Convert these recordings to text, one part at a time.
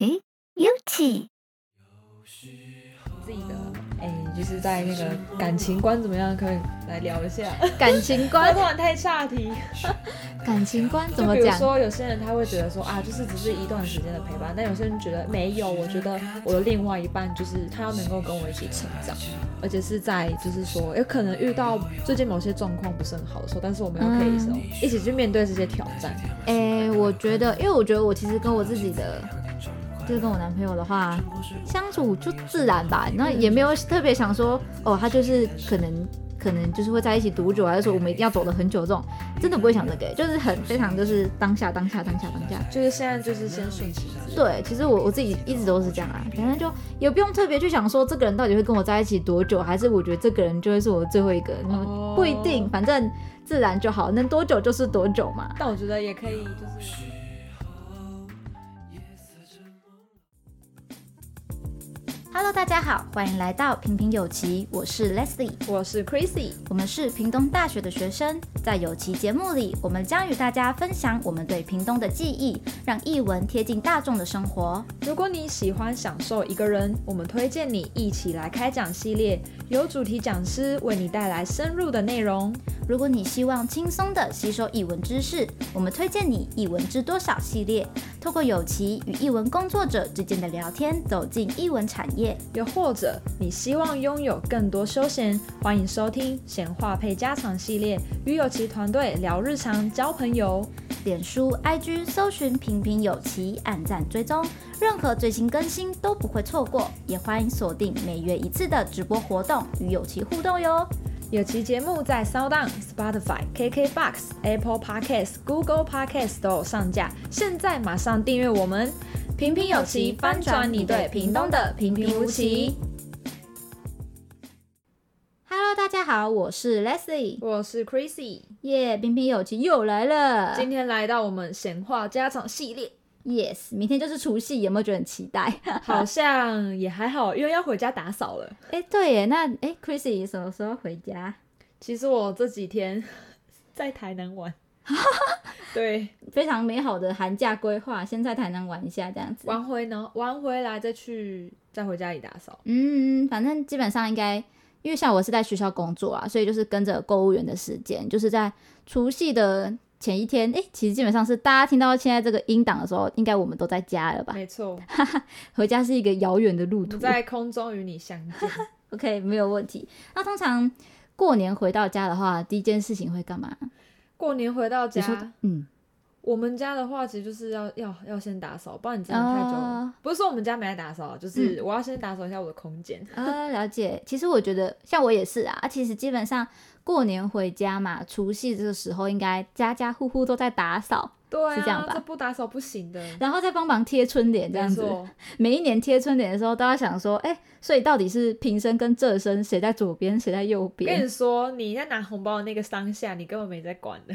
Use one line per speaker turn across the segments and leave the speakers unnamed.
诶，Yuki，
自己的，哎、就是在那个感情观怎么样，可以来聊一 下。
感情
不要
观
突然太岔题，
感情观怎
就
么
比如
讲？
说有些人他会觉得说啊，就是只是一段时间的陪伴，但有些人觉得没有。我觉得我的另外一半就是他要能够跟我一起成长，而且是在就是说有可能遇到最近某些状况不是很好的时候，但是我们又可以什么一起去面对这些挑战。
哎、我觉得，因为我觉得我其实跟我自己的，就是跟我男朋友的话相处就自然吧，那
嗯
也没有特别想说哦，他就是可能可能就是会在一起多久，还是说我们一定要走了很久这种，真的不会想这个，就是很非常就是当下当下当下当下。
就是现在就是先顺其自然。
对，其实我我自己一直都是这样啊，反正就也不用特别去想说这个人到底会跟我在一起多久，还是我觉得这个人就会是我最后一个，
哦
不一定，反正自然就好，能多久就是多久嘛。
但我觉得也可以，就是
哈喽，大家好，欢迎来到平平有奇，我是 Leslie，
我是 Crazy，
我们是屏东大学的学生，在有奇节目里，我们将与大家分享我们对屏东的记忆，让译文贴近大众的生活。
如果你喜欢享受一个人，我们推荐你一起来开讲系列，由主题讲师为你带来深入的内容。
如果你希望轻松的吸收译文知识，我们推荐你《译文知多少》系列，透过有奇与译文工作者之间的聊天，走进译文产业。
又或者你希望拥有更多休闲，欢迎收听闲话配家常系列，与有其团队聊日常、交朋友。
脸书、IG 搜寻“平平有奇”，按赞追踪，任何最新更新都不会错过。也欢迎锁定每月一次的直播活动，与有奇互动哟。
有其节目在 Sound On、Spotify、KKBox、Apple Podcasts、Google Podcasts 都有上架，现在马上订阅我们。平平有奇，翻转你对屏东的平平无奇。
Hello，大家好，我是 Leslie，
我是 Crazy。
耶平平有奇又来了
今天来到我们闲话家常系 列，
，Yes，明天就是除夕，有没有觉得很期 待？
好像也还好，因为要回家打扫了。
哎，对耶，那哎，Chrissy 什么时候回家？
其实我这几天 在台南 玩，对，
非常美好的寒假规划，先在台南玩一下这样子。
玩回呢，玩回来再去再回家里打扫。
嗯，反正基本上应该，因为像我是在学校工作啊，所以就是跟着购物园的时间，就是在除夕的前一天。哎，其实基本上是大家听到现在这个音档的时候，哦应该我们都在家了吧？
没 错，
回家是一个遥远的路
我
途
们。在空中与你相 见。
OK，没有问题。那通常过年回到家的话，第一件事情会干嘛？
过年回到
你说
家，，
嗯，
我们家的话其实就是要要要先打扫，不然你真的太久了。
哦嗯
不是说我们家没来打扫，啊就是我要先打扫一下我的空间。
啊， 了解。其实我觉得，像我也是啊。啊其实基本上过年回家嘛，除夕这个时候，应该家家户户都在打扫，
对
是这样
啊，
吧
这不打扫不行的。
然后再帮忙贴春联， 这
没
样子。
错，
每一年贴春联的时候，都要想说，哎、所以到底是平身跟正身，谁在左边，谁在右
跟你
边？
说，你在拿红包的那个当下，你根本没在管的。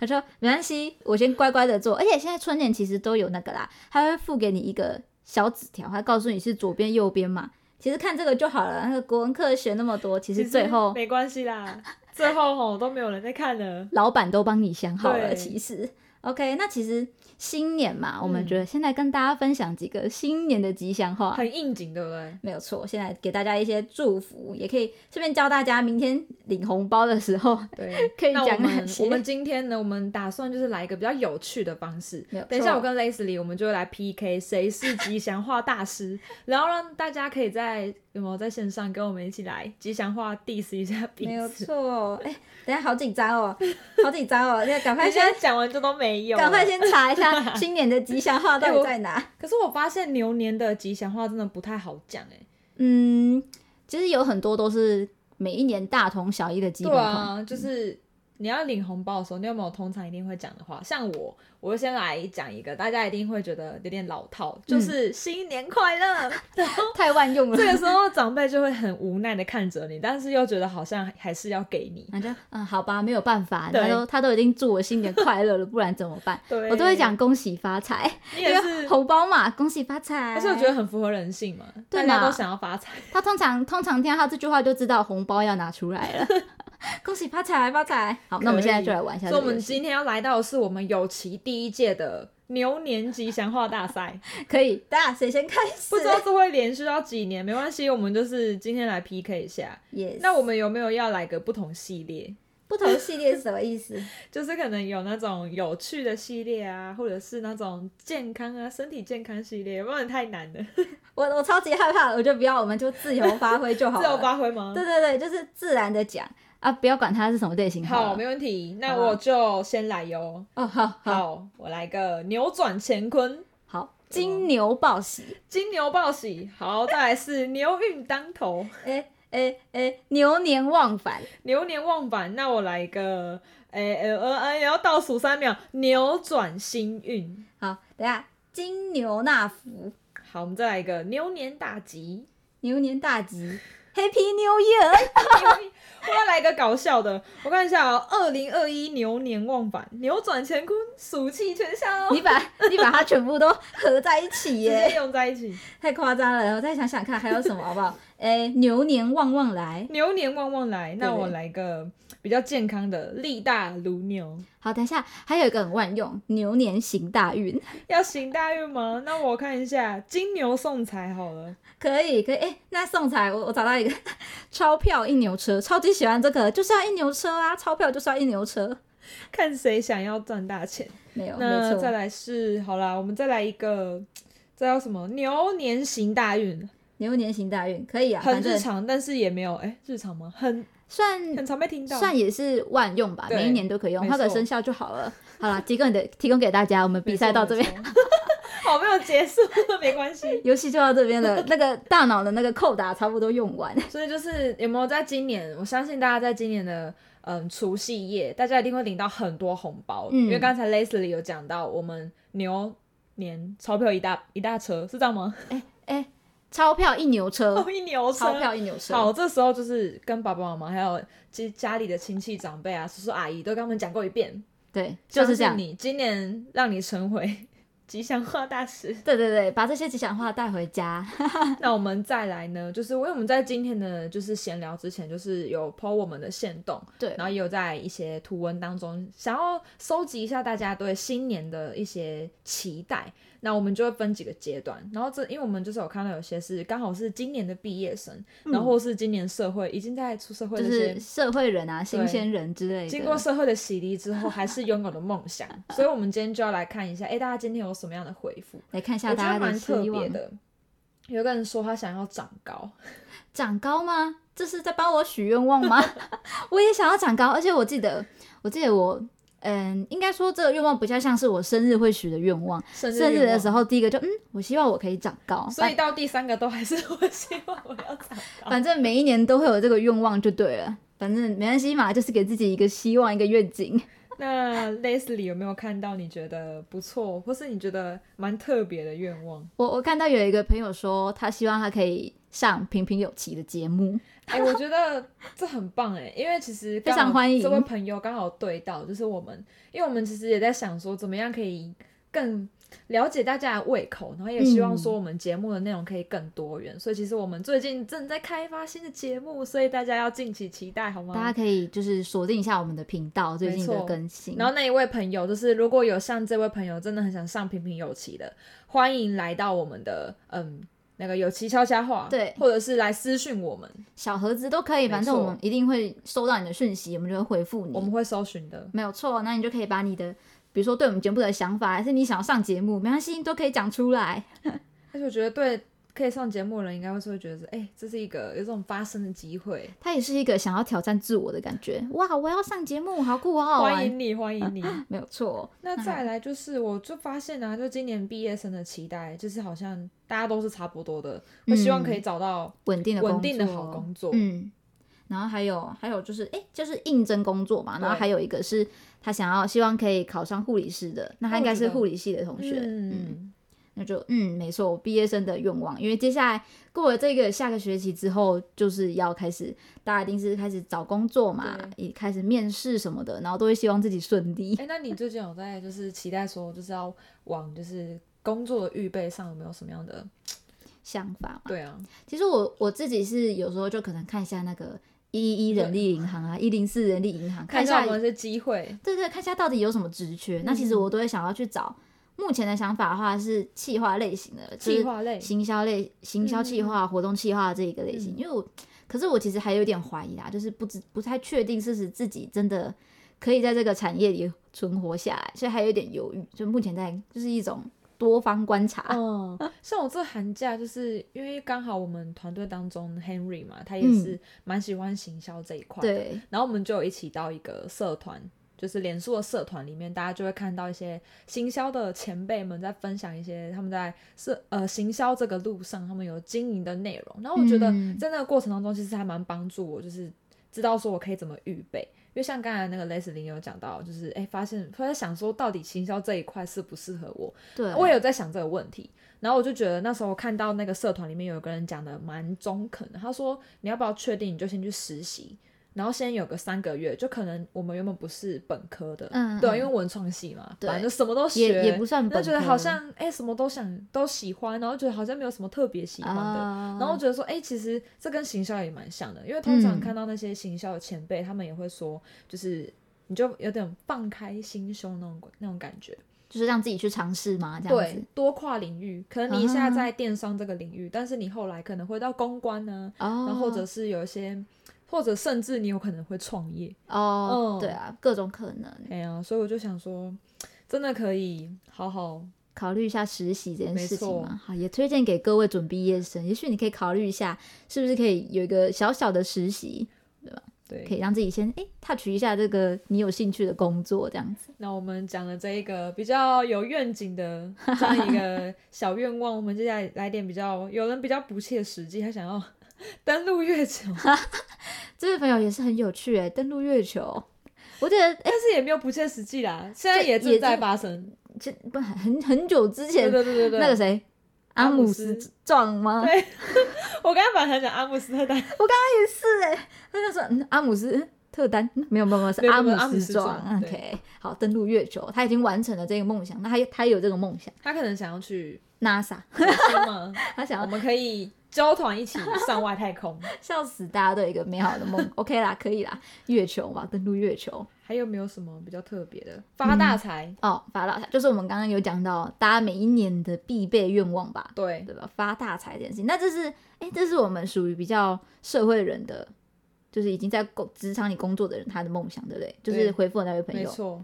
他说没关系，我先乖乖的做。而且现在春联其实都有那个啦，他会附给你一个小纸条，他告诉你是左边右边嘛。其实看这个就好了。那个国文课学那么多，其实最后
没关系啦，最后吼都没有人在看了。
老板都帮你想好了。
对
其实，OK，那其实新年嘛，我
嗯
们觉得现在跟大家分享几个新年的吉祥话，
很应景，对不对？
没有错。现在给大家一些祝福，也可以顺便教大家明天领红包的时候
对，
可以
那我
讲哪
们
些。
我们今天呢，我们打算就是来一个比较有趣的方式
没有。
等一下，
错
我跟 Leslie 我们就会来 PK 谁是吉祥话大师，然后让大家可以在有没有在线上跟我们一起来吉祥话 diss 一下彼
没有
此。
错，哎、等一下好紧张哦，好紧张哦，要赶快
他
先
现在讲完就都没有了，
赶快先查一下新年的吉祥话到
哎我
底在 哪。
可是我发现牛年的吉祥话真的不太好讲哎、
嗯，其实有很多都是每一年大同小异的基本
对
款。
啊，就是你要领红包的时候，你有没有通常一定会讲的话？像我，我就先来讲一个，大家一定会觉得有点老套，就是新年快乐。
太万用了。
这个时候长辈就会很无奈的看着你，但是又觉得好像还是要给你。
然后就嗯，好吧，没有办法，
对
他都他都已经祝我新年快乐了，不然怎么办？
对，
我都会讲，恭喜发财，
你
因
也是
为。红包嘛，恭喜发财。
而且我觉得很符合人性嘛，大
对
家
嘛
都想要发财。
他通常通常听到他这句话就知道红包要拿出来 了，恭喜发财发财。好，那我们
可以
现在就来玩一下
所
这
以，
个
我
游戏。
们今天要来到的是我们有其第一届的牛年吉祥话大赛，
可以，大家谁先开始
不知道这会连续到几年，没关系，我们就是今天来 PK 一下。
？Yes，
那我们有没有要来个不同系列？
不同系列是什么意思？
就是可能有那种有趣的系列啊，或者是那种健康啊、身体健康系列，不然太难了。
我我超级害怕，我就不要，我们就自由发挥就好 啊
自
了。
由发挥吗？
对对对，就是自然的讲啊，不要管它是什么类型好了。
好，没问题。那
好啊
我就先来哟。
哦，好好
好，我来个扭转乾坤，
好，金牛报喜，
金牛报喜。好，再来是牛运当头，
哎哎哎，牛年忘返，
牛年忘返。那我来一个，哎呃呃呃，也要倒数三秒，扭转星运。
好，等一下金牛纳福，
好，我们再来一个牛年大吉。
牛年大吉，Happy New Year，
我要来一个搞笑的，我看一下哦，二零二一牛年忘返，扭转乾坤，暑气全消，
你把你把它全部都合在一起
直
耶，
接用在一起。
太夸张了，我再想想看还有什么好不好？哎，牛年旺旺来，
牛年旺旺来，那
对
我来个比较健康的，力大如牛。
好，等一下还有一个很万用，牛年行大运，
要行大运吗？那我看一下，金牛送财好了。
可以可以，哎，那送财我我找到一个 钞票一牛车，超级喜欢这个，就是要一牛车啊，钞票就是要一牛车，
看谁想要赚大钱。
没有哦没
那再
错，
来是好啦，我们再来一个，这叫什么？牛年行大运，
牛年行大运可以啊，
很
反正
日常，但是也没有哎、日常吗？很
算
很常被听到。
算也是万用吧，
对
每一年都可以用，
没
它可
错
生效就好了。好了，提供你的提供给大家，我们比赛到这边，
边，没错 好，没有结束， 没关系。
游戏就到这边了。那个大脑的那个扣打差不多用完，
所以就是有没有在今年？我相信大家在今年的嗯除夕夜，大家一定会领到很多红包，
嗯
因为刚才 Leslie 有讲到我们牛年钞票一大一大车，是这样吗？
哎，钞票一牛车
哦，，一牛车。
钞票一牛车，
好，这时候就是跟爸爸妈妈还有其实家里的亲戚长辈啊、叔叔阿姨都跟他们讲过一遍，
对，就是这样
相。信你今年让你成为吉祥话大师。
对对对，把这些吉祥话带回家。
那我们再来呢，就是因为我们在今天的就是闲聊之前，就是有 PO 我们的线动，
对
然，后也有在一些图文当中，想要收集一下大家对新年的一些期待。那我们就会分几个阶段，然后这因为我们就是有看到有些是刚好是今年的毕业生，然后或是今年社会已经在出社会
嗯就
这些。
是社会人啊，新鲜人之类的。
经过社会的洗礼之后，还是拥有了梦 想，所以我们今天就要来看一下，哎、大家今天有什么样的回复？
来看一
我
下
觉
大家
得
的
蛮特别
期望，
的。有一个人说他想要长高，
长高吗？这是在帮我许愿望吗？ 我也想要长高，而且我记得，我记得我，嗯，应该说这个愿望比较像是我生日会许的愿望。
生日
生日
愿
的
望
时候，第一个就嗯，我希望我可以长高。
所以
反
到第三个都还是我希望我要长高。
反正每一年都会有这个愿望就对了，反正没关系嘛，就是给自己一个希望，一个愿景。
那 Leslie 有没有看到你觉得不错，或是你觉得蛮特别的愿望？
我我看到有一个朋友说，他希望他可以上《平平有奇》的节目，
哎、我觉得这很棒哎，因为其实
非常欢迎
这位朋友刚好对到，就是我们，因为我们其实也在想说，怎么样可以更了解大家的胃口，然后也希
嗯
望说我们节目的内容可以更多元，所以其实我们最近正在开发新的节目，所以大家要敬请期待好吗？
大家可以就是锁定一下我们的频道最近
哦没
的
错
更新。
然后那一位朋友，就是如果有像这位朋友真的很想上平平有奇的，欢迎来到我们的嗯那个有奇悄悄话，
对
或者是来私讯我们，
小盒子都可以，
没
反正我
错
们一定会收到你的讯息，我们就会回复
我们
你。
会搜寻的。
没有错，那你就可以把你的，比如说对我们节目的想法，还是你想要上节目，没关系，你都可以讲出来。
而且我觉得对可以上节目的人，应该会是会觉得是，哎、这是一个有这种发声的机会，
它也是一个想要挑战自我的感觉。哇，我要上节目，好酷，好好
欢
玩。
迎你，欢 迎你。
没有错，
那再来就是，我就发现啊，就今年毕业生的期待，就是好像大家都是差不多的，我希望可以找到
稳定的嗯工作
稳定的好工作。
嗯，然后还有还有就是，哎、就是应征工作嘛。然后
对
还有一个是他想要希望可以考上护理师的，那他应该是护理系的同学。嗯
嗯，
那就嗯，没错，我毕业生的愿望，因为接下来过了这个下个学期之后，就是要开始，大家一定是开始找工作嘛，也开始面试什么的，然后都会希望自己顺利。
哎、那你最近有在就是期待说，就是要往就是工作的预备上有没有什么样的？
想法嘛，
对啊，
其实我我自己是有时候就可能看一下那个一一一人力银行啊，一零四人力银行，
看
看一
一下
下
有没有一些机会。嗯
对对，看一下到底有什么职缺。那其实我都会想要去找目前的想法的话是企划类型的，就是
计划类，
行销类、行销企划、活动企划这一个类型，
嗯
因为我，可是我其实还有点怀疑啦，就是不知不太确定，是不是自己真的可以在这个产业里存活下来，所以还有点犹豫。就目前在就是一种多方观察，
嗯，像我这寒假，就是因为刚好我们团队当中 Henry 嘛，他也
嗯
是蛮喜欢行销这一块，，
对，
然后我们就有一起到一个社团。就是脸书的社团里面，大家就会看到一些行销的前辈们在分享一些他们在社呃行销这个路上他们有经营的内容。然后我觉得
嗯
在那个过程当中，其实还蛮帮助我，就是知道说我可以怎么预备。因为像刚才那个 Leslie 有讲到，就是哎、发现他在想说到底行销这一块适不适合我，
对，
我也有在想这个问题，然后我就觉得那时候我看到那个社团里面有个人讲的蛮中肯的，他说你要不要确定你就先去实习，然后先有个三个月，就可能我们原本不是本科的，
嗯
对啊，
嗯
因为文创系嘛，
对
反正什么都学，
也也不算本
就
科，
觉得好像哎、什么都想都喜欢，然后觉得好像没有什么特别喜欢的，
啊，
然后觉得说，哎、其实这跟行销也蛮像的，因为通常
嗯
看到那些行销的前辈，他们也会说，就是你就有点放开心胸那种那种感觉。
就是让自己去尝试嘛，这样
对
子，，
多跨领域，可能你一下
啊
在电商这个领域，但是你后来可能会到公关呢、
哦，
然后或者是有一些，或者甚至你有可能会创业，
哦
嗯，
对啊，各种可能，
哎呀、所以我就想说，真的可以好好，
考虑一下实习这件事情
没错
嘛。好，也推荐给各位准毕业生，也许你可以考虑一下，是不是可以有一个小小的实习，可
对。
以让自己先诶 touch 一下这个你有兴趣的工作，这样子。
那我们讲了这一个比较有愿景的这样一个小愿望，我们接下来来点比较有人比较不切实际，他想要 登陆月 球，
这位朋友也是很有趣诶，登陆月球，我觉得哎诶，
但是也没有不切实际啦，现在
这
也
也
正在
正
发生。
这不很很久之
对
前
对对对对，
那个谁。
阿
阿
姆
姆
斯
斯壮吗？
对我刚刚本来想讲阿姆斯特丹，
是哎、那个时候嗯阿姆斯嗯特丹 嗯没有没有没有是
没有
阿
没有阿姆
姆
斯
斯
壮
壮。嗯
对
OK，好，登陆月球，他已经完成了这个梦想，那他他有这个梦想
他可能想要去
，NASA，
火星吗？
他想
我
要
们可以交团一起上外太空。
笑死大家都有一个美好的梦 ，OK 啦，可以啦，月球嘛，登陆月球
还有没有什么比较特别的？发大财，
哦，发大财就是我们刚刚有讲到大家每一年的必备愿望吧，
对，
对吧？发大财这件事情，那这是哎，这是我们属于比较社会人的，就是已经在工职场里工作的人他的梦想，对不对？就
对
是回复我那位朋
没
友，
错。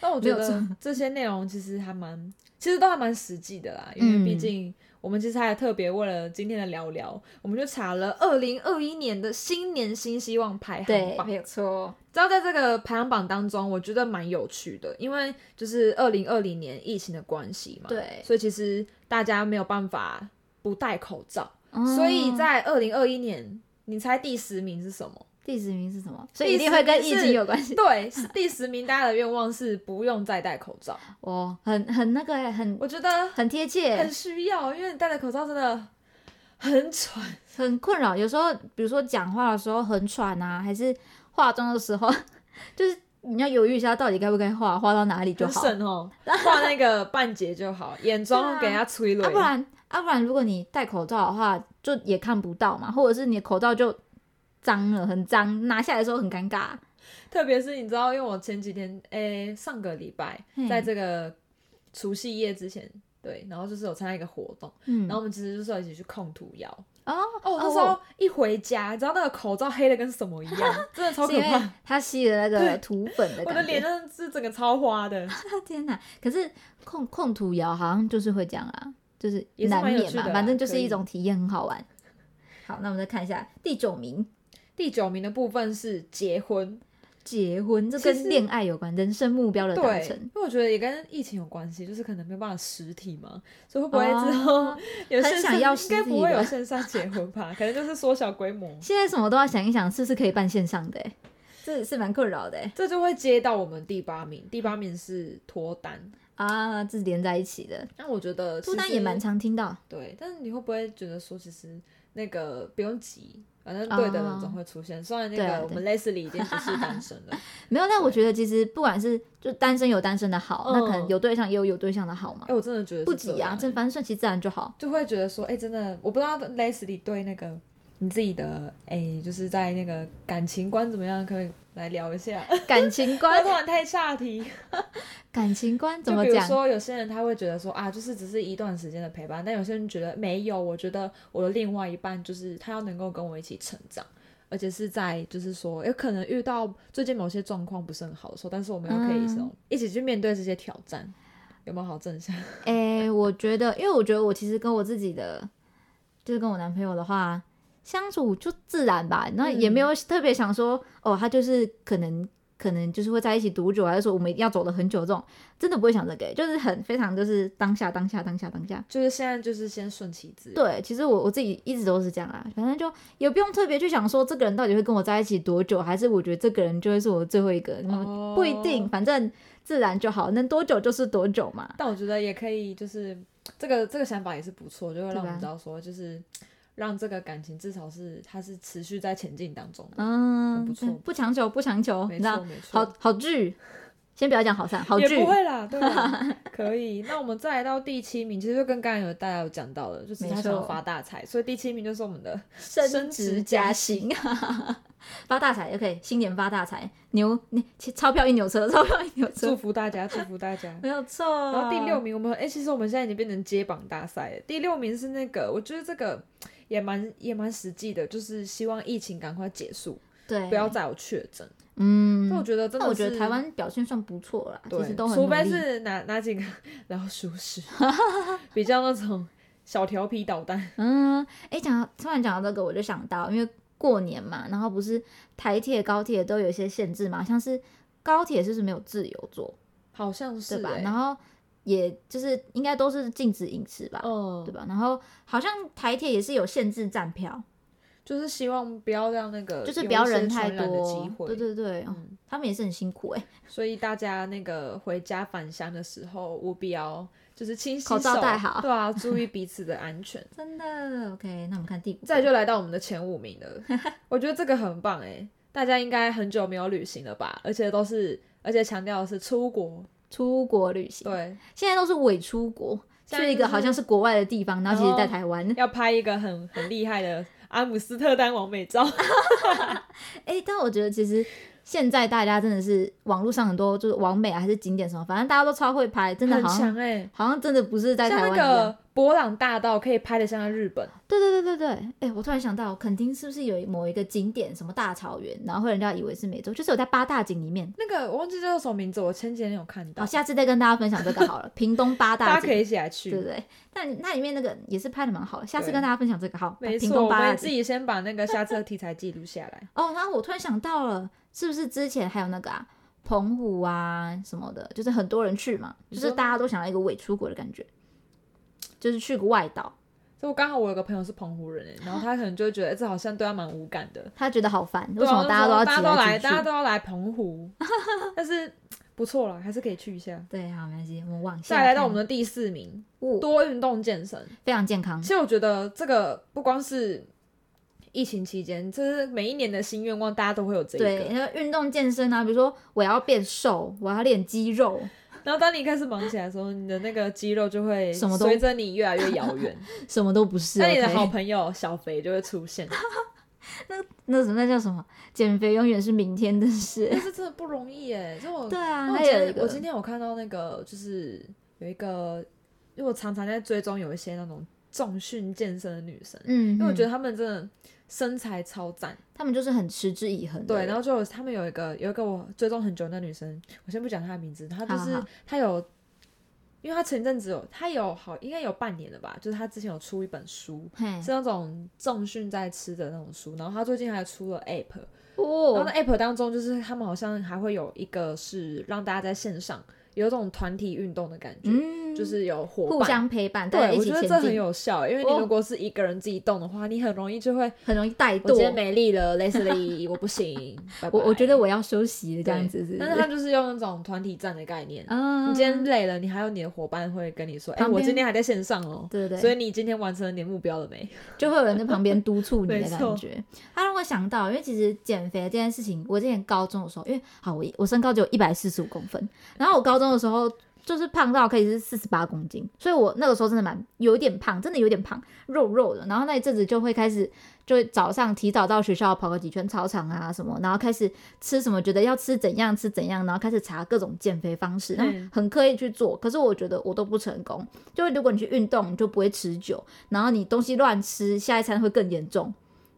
但我觉
没有
得 这些内容其实还蛮，其实都还蛮实际的啦，因为
嗯
毕竟。我们其实还特别为了今天的聊聊，我们就查了二零二一年的新年新希望排行
对，
榜
没。有错，
知道在这个排行榜当中，我觉得蛮有趣的，因为就是二零二零年疫情的关系嘛，，
对，
所以其实大家没有办法不戴口罩，所以
哦
在二零二一年，你猜第十名是什么？
第十名是什么？所以一定会跟疫情有关系。
对，是 第十名，大家的愿望是不用再戴口罩。
哦，很很那个欸，很
我觉得
很贴
很
切，
需要，因为你戴着口罩真的很喘。
很困扰。有时候，比如说讲话的时候很喘啊，还是化妆的时候， 就是你要犹豫一下，到底该不该化，化到哪里就
很
好。啊
省 哦，画那个半截就好，眼妆给它吹了、
啊，不然啊，不然如果你戴口罩的话，就也看不到嘛，或者是你的口罩就脏了，很脏，拿下来的时候很尴尬。
特别是你知道，因为我前几天，诶、上个礼拜
嘿
在这个除夕夜之前，对，然后就是有参加一个活动，
嗯
然后我们其实就是有一起去控土窑。
哦
哦，我那时候一回家，你知道那个口罩黑的跟什么一 样，真的超可
是因为
怕，
它吸了那
对
个土粉的感觉。
我的脸真的是整个超花的，
天哪！可是控控土窑好像就是会这样啊，就是
也是
难
蛮有
免
趣的
嘛，
啦
反正就
可
是
以
一种体验，很好玩。好，那我们再看一下第九名，
第九名的部分是结婚，
结婚，这
其
跟
实
恋爱有关，人生目标的达
对，
成
因。为我觉得也跟疫情有关系，就是可能没有办法实体嘛，所以会不会之后
哦
有
很
线
想
上
要
应该
实体
不会
的
有线上结婚吧？可能就是缩小规 模，
现在什么都要想一想，是不是可以办线上的、欸？这也是蛮困扰的、欸、
这就会接到我们第八名，第八名是脱单。
啊，这是连在一起的。
那我觉得
脱
其
单
实
也蛮常听到，
对，但是你会不会觉得说，其实那个不用急，反正对的人总会出现。虽然那
哦对啊
个我们 Leslie 已经不是单身 了，
没有。但我觉得其实不管是就单身有单身的好，那可能
嗯
有对象也有有对象的好嘛
哎、，我真的觉得是
不
这
急
样
啊，
欸
这反正顺其自然就好。
就会觉得说，哎、真的，我不知道 Leslie 对那个你自己的，哎、就是在那个感情观怎么样，可不可以来聊一下。
感情
观
观，
突然太岔题，
感情观怎
就
么
比如
讲？
说有些人他会觉得说啊，就是只是一段时间的陪伴，但有些人觉得没有，我觉得我的另外一半就是他要能够跟我一起成长。而且是在，就是说，有可能遇到最近某些状况不是很好的时候，但是我们又可以什么、一起去面对这些挑战，有没有好正向？
诶、我觉得，因为我觉得我其实跟我自己的，就是跟我男朋友的话相处就自然吧，然后也没有特别想说，哦，他就是可能可能就是会在一起多久啊，还是说我们一定要走得很久这种，真的不会想这个、欸就是很非常就是当下当下当下当下。
就是现在就是先顺其自然。
对，其实我我自己一直都是这样啦，反正就也不用特别去想说这个人到底会跟我在一起多久，还是我觉得这个人就会是我最后一个，
哦
不一定，反正自然就好，能多久就是多久嘛。
但我觉得也可以，就是这个这个想法也是不错，就会让我
对吧
们知道说，就是让这个感情至少是它是持续在前进当中的。
嗯，
不错
对不强求，不强求，
没
你知道
错，，没错，
好好剧，先不要讲好散，好
也
剧
不，会啦，对啦， 可以。那我们再来到第七名，其实就跟刚才有大家有讲到的，就是
没
他想要
错
发大财，所以第七名就是我们 的升职加
加薪， 发大财，OK，新年发大财，牛，你钞票一牛车，钞票一牛
祝
车，
福大家，祝福大家。
没有错。
然后第
啊
六，名，我们哎、其实我们现在已经变成接榜大赛了。第六名是那个，我觉得这个也蛮也蛮实际的，就是希望疫情赶快结束，
对，
不要，再有确诊。但我
嗯，
觉得真的
但
是，
我觉得台湾表现算不错啦，
对
其实都很
除
努
非
力，
是哪哪几个老鼠 屎，比较那种小调皮捣蛋。
嗯，哎，讲到突然讲到这个，我就想到，因为过年嘛，然后不是台铁、高铁都有一些限制嘛，像是高铁是不是没有自由座？
好像是、
对吧？
欸
然后也就是应该都是禁止饮食吧，
嗯，
对吧？然后好像台铁也是有限制站票，
就是希望不要让那个
就是不要
有一些
人太
传染的
多
机，会。
对对对、哦
嗯
他们也是很辛苦哎、
所以大家那个回家返乡的时候，务必要就是勤洗手，
口罩戴好
对啊，注意彼此的安 全。
真的 OK。那我们看第五，
再就来到我们的前五名 了，我觉得这个很棒哎、大家应该很久没有旅行了吧？而且都是，而且强调的是出国，
出国旅行，
对，
现在都是伪出国，
现在
去一个
就是
好像是国外的地方，然后其
然
实
后
在台 湾。
要拍一个很很厉害的阿姆斯特丹完美照。
哎、但我觉得其实现在大家真的是网络上很多就是完美啊，还是景点什么，反正大家都超会拍，真的
很
好像
强哎、
好像真的不是在台
像
湾
那
一样。
个博朗大道可以拍的像在日本，
对对对对对，哎、我突然想到，垦丁是不是有某一个景点，什么大草原，然后会人家以为是美洲，就是有在八大景里面。
那个我忘记叫什么名字，我前几天有看到
好，，下次再跟大家分享这个好了，屏东八
大
大
家可
景，
以一起来
对不
去。
对？但那里面那个也是拍的蛮好的，下次
对
跟大家分享这个好，
没
屏
错，
东
我
八大
们自
景。
己先把那个下次的题材记录下来。
哦，然后我突然想到了，是不是之前还有那个啊，澎湖啊什么的，就是很多人去嘛，
你
就
说
是大家都想要一个伪出国的感觉，就是去个外岛，
所以我刚好我有个朋友是澎湖人欸，然后他可能就会觉得、欸这好像对他蛮无感的。
他觉得好烦， 为
对
什
啊
么大家都
我
要
就
挤
说大家都来，
来
大家
挤去？
都要来澎湖， 但是不错啦，还是可以去一下。
对，好，没关系，我们 往下
再来到
看
我们的第四名，
哦
多运动健身。
非常健康
其。实我觉得这个不光是疫情期间，这是每一年的新愿望，大家都会有这一
对，
个。
那运动健身啊，比如说我要变瘦，我要练肌肉，
然后当你开始忙起来的时候，你的那个肌肉就会
什么都
随着你越来越遥远。
什么都不 是。
那你的
OK
好朋友小肥就会出现，
那什么那叫什么？减肥永远是明天的事。
但是真的不容易耶。就我
对啊，
那我
还
今
有一
天
个
我今天我看到那个就是有一个，因为我常常在追踪有一些那种重训健身的女生，
嗯，
因为我觉
得
得她们真的身材超赞。
他们就是很持之以恒的
对，
人。
然后就有他们有一个有一个我追踪很久的那女生，我先不讲她的名字，她就
好
是
好
她有，因为她前阵子有她有好应该有半年了吧，就是她之前有出一本书，
嘿
是那种重训在吃的那种书，然后她最近还出了 app，然后
哦
那 app 当中就是他们好像还会有一个是让大家在线上有一种团体运动的感觉，
嗯，
就是有伙伴。
互相陪伴，大家
对，
一
我
起
觉得
前
这很
进，
有效，因为你
哦
如果是一个人自己动的话，你很容易就会
很容易怠
我今天
惰。
没力了，Leslie，我不 行，拜拜
我我觉得我要休息了，这样
对
子是不是。
但是他嗯就是用那种团体战的概念。
啊，
你今天累了，你还有你的伙伴会跟你说：“哎、
旁边
我今天还在线上哦。”
对对对
所以你今天完成了你的目标了没？
就会有人在旁边督促你
没
的
错
感觉。他让我想到，因为其实减肥这件事情，我之前高中的时候，因为好，我我身高只有一百四十五公分，然后我高中的时候就是胖到可以是四十八公斤，所以我那个时候真的蛮有一点胖，真的有点胖，肉肉的。然后那一阵子就会开始，就会早上提早到学校跑个几圈操场啊什么，然后开始吃什么，觉得要吃怎样吃怎样，然后开始查各种减肥方式，然后很刻意去做。可是我觉得我都不成功，就是如果你去运动，你就不会持久，然后你东西乱吃，下一餐会更严重，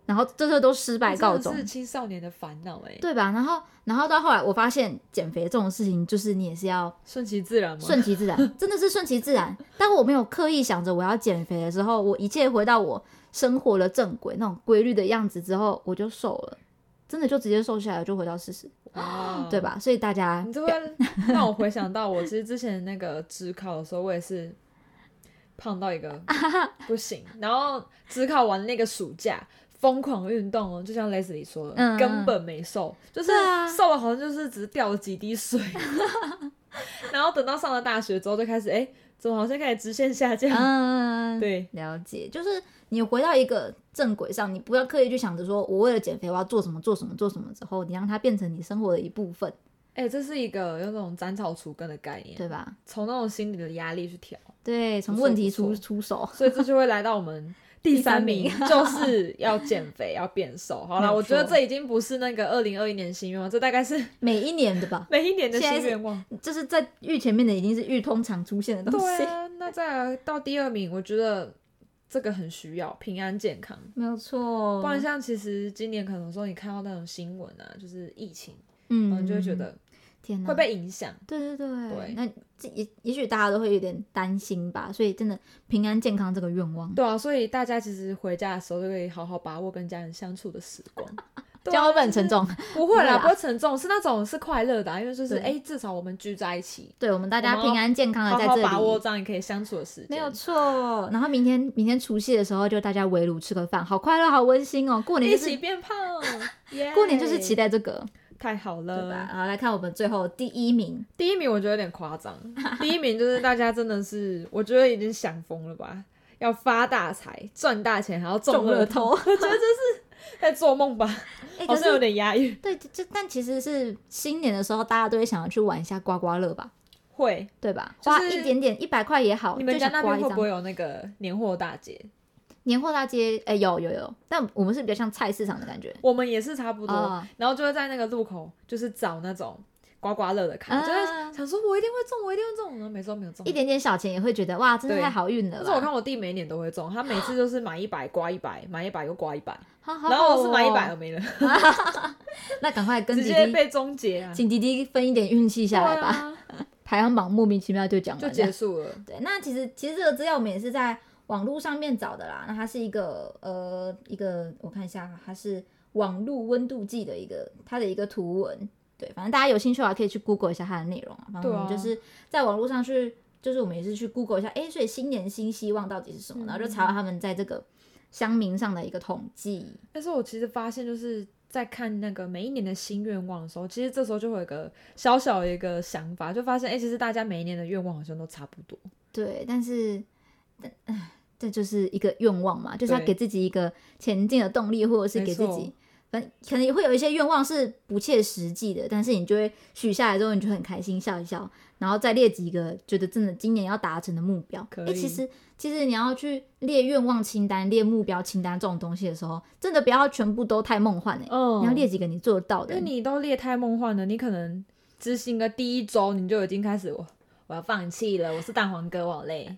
然后这些都失败告
这
终
真的。是青少年的烦恼哎，
对吧？然后，然后到后来，我发现减肥这种事情，就是你也是要
顺其自然嘛。
顺其自 然，真的是顺其自然。当我没有刻意想着我要减肥的时候，我一切回到我生活的正轨那种规律的样子之后，我就瘦了，真的就直接瘦下来，就回到四十，
哇
对？吧？所以大家
嗯你这会让我回想到我其实之前那个职考的时候，我也是胖到一个不行，然后职考完那个暑假。疯狂运动哦，就像 Leslie 说的，
嗯嗯
根本没瘦，就是
对啊
瘦了好像就是只是掉了几滴水， 然后等到上了大学之后就开始，哎、怎么好像开始直线下降？
嗯，
对，
了解，就是你回到一个正轨上，你不要刻意去想着说我为了减肥我要做什么做什么做什么之后，你让它变成你生活的一部分，
哎、这是一个有那种斩草除根的概念，
对吧？
从那种心理的压力去调，
对，从
不错
问题
不错
出出手。
所以这就会来到我们第三名
第，
就是要减肥，要变瘦。好
没
了，
错
我觉得这已经不是那个二零二一年新愿望，这大概是
每一年的吧，
每一年的
现在
新
是哦
愿望。
就是在愈前面的已经是愈通常出现的东西
对，啊，那再来到第二名，我觉得这个很需要平安健康。
没有错。
不然像其实今年可能说你看到那种新闻啊，就是疫情，
嗯，
然后你就会觉得
天哪，
会被影响。
对对对，
对
那这也也许大家都会有点担心吧，所以真的平安健康这个愿望，
对啊，所以大家其实回家的时候就可以好好把握跟家人相处的时 光。对啊
交本沉，重。
就是不会啦，
不会啦
不会沉重，是那种是快乐的啊、因为就是
对
哎、诶至少我们聚在一起，
对我们大
我
家
们要
平安健康的
好
嗯在
好
这里，
把握这样你可以相处的时间。
没有错。然后明天明天除夕的时候，就大家围炉吃个饭，好快乐，好温馨哦。过年
一
就
起
是
变胖，耶
过年就是期待这个，
太好
对
了。
吧？然后来看我们最后第一名，
第一名我觉得有点夸张， 第一名就是大家真的是，我觉得已经想疯了吧，要发大财、赚大钱，还要中
中
乐
乐
透，
透。
在做梦吧，
哎，
好
可
像有
是
点压抑。
对，这但其实是新年的时候，大家都会想要去玩一下刮刮乐吧，
会，
对吧？
就
花
是
一点点一百块也好，
你们
就
家
想
那
刮
边
一
会
张
不。会有那个年货大街？
年货大街，哎、有有有，但我们是比较像菜市场的感觉。
我们也是差不多，
啊
然后就会在那个路口，就是找那种刮刮乐的卡，
啊
就会想说我一定会中，我一定会中，然后每次都没有中，
一点点小钱也会觉得哇，真的
对
太好运了
但是我
吧！
看我弟每一年都会中，他每次就是买一百刮一百，买一百又刮一百，
好好
然后我
好
是
哦
买一百而，没了，
那赶快跟
直
弟
接
弟
被终结啊！
请弟弟分一点运气下来吧。
对啊
排行榜莫名其妙就讲
就
完
结
了。
束了。
对，那其实其实这个资料我们也是在网络上面找的啦。那它是一个呃一个，我看一下，它是网络温度计的一个它的一个图文。对，反正大家有兴趣的话可以去 Google 一下它的内容啊。反正我们
对啊
就是在网络上去，就是我们也是去 Google 一下，诶，所以新年新希望到底是什
嗯
么？然后就查到他们在这个乡民上的一个统计。
但是我其实发现，就是在看那个每一年的新愿望的时候，其实这时候就会有一个小小的一个想法，就发现哎、诶其实大家每一年的愿望好像都差不多。
对，但是，但唉，这就是一个愿望嘛，就是要
对
给自己一个前进的动力，或者是
没
给自
错
己，反可能也会有一些愿望是不切实际的，但是你就会许下来之后，你就很开心，笑一笑，然后再列几个觉得真的今年要达成的目标。
可
诶其
以
实其实你要去列愿望清单、列目标清单这种东西的时候，真的不要全部都太梦幻哎、
嗯
你要列几个你做得到
因
的
为。你都列太梦幻了，你可能执行个第一周，你就已经开始我我要放弃了，我是蛋黄哥，我好累。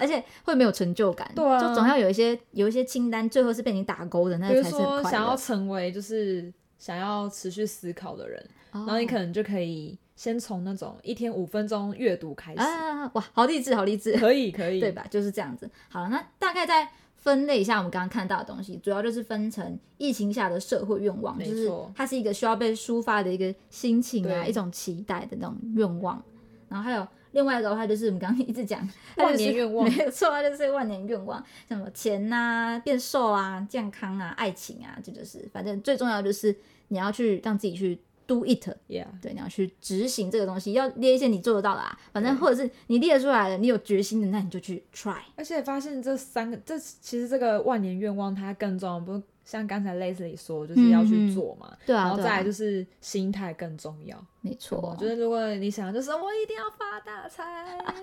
而且会没有成就感，
对啊
就总要有一些有一些清单，最后是被你打勾的，那
比如
才是
说
很快
想
乐
要。成为就是想要持续思考的人，
然
然后你可能就可以先从那种一天五分钟阅读开始，
啊，哇，好励志，好励志，
可以可以，
对？吧？就是这样子。好了，那大概再分类一下我们刚刚看到的东西，主要就是分成疫情下的社会愿望，
没
就
错
是它是一个需要被抒发的一个心情啊，
对
一种期待的那种愿望。然后还有另外一个的话，就是我们刚刚一直讲 它
万
就是
年愿望
没错，它就是万年愿望，像什么钱呐、变瘦啊、健康啊、爱情啊，这就是反正最重要的就是你要去让自己去 do it，
，Yeah，
对，你要去执行这个东西，要列一些你做得到的啊。反正
对
或者是你列出来了，你有决心的，那你就去 try。
而且发现这三个，这其实这个万年愿望它更重要，不像刚才 Leslie 说，就是要去做嘛，
对啊，哦
然后
对
再
啊
来就是心态更重要。
没错，
就是如果你想就是哦我一定要发大财，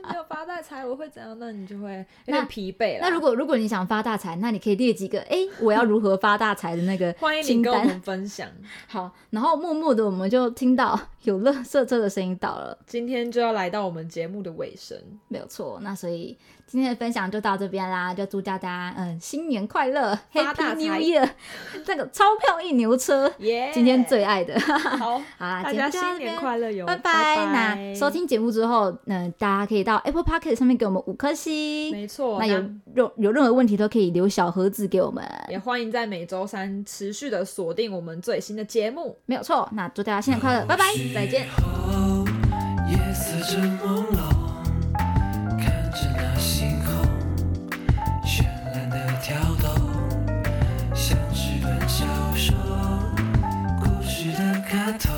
没有发大财我会怎样？那你就会有
那
点疲惫了。
那如果如果你想发大财，那你可以列几个，哎、我要如何发大财的那个
欢迎你
清
跟我
单。
们分享，
好，然后默默的我们就听到有乐色车的声音到了，
今天就要来到我们节目的尾声，
没有错。那所以今天的分享就到这边啦，就祝大家嗯新年快乐
发大
，Happy
财
New Year！那 个钞票一牛车，
耶、
今天最爱的。
好，
好 啦，
大
节目
家新
就到这
年
边
快乐哟，
拜
拜
那收听节目之后，嗯、大家可以到 Apple p o c k e t 上面给我们五颗星。
没错，
那有任有任何问题都可以留小盒子给我们，
也欢迎在每周三持续的锁定我们最新的节目。
没有错。那祝大家新年快乐，拜拜，再见。
后，夜色正朦胧，看着那星空，绚烂的跳动，像是本小说故事的开头。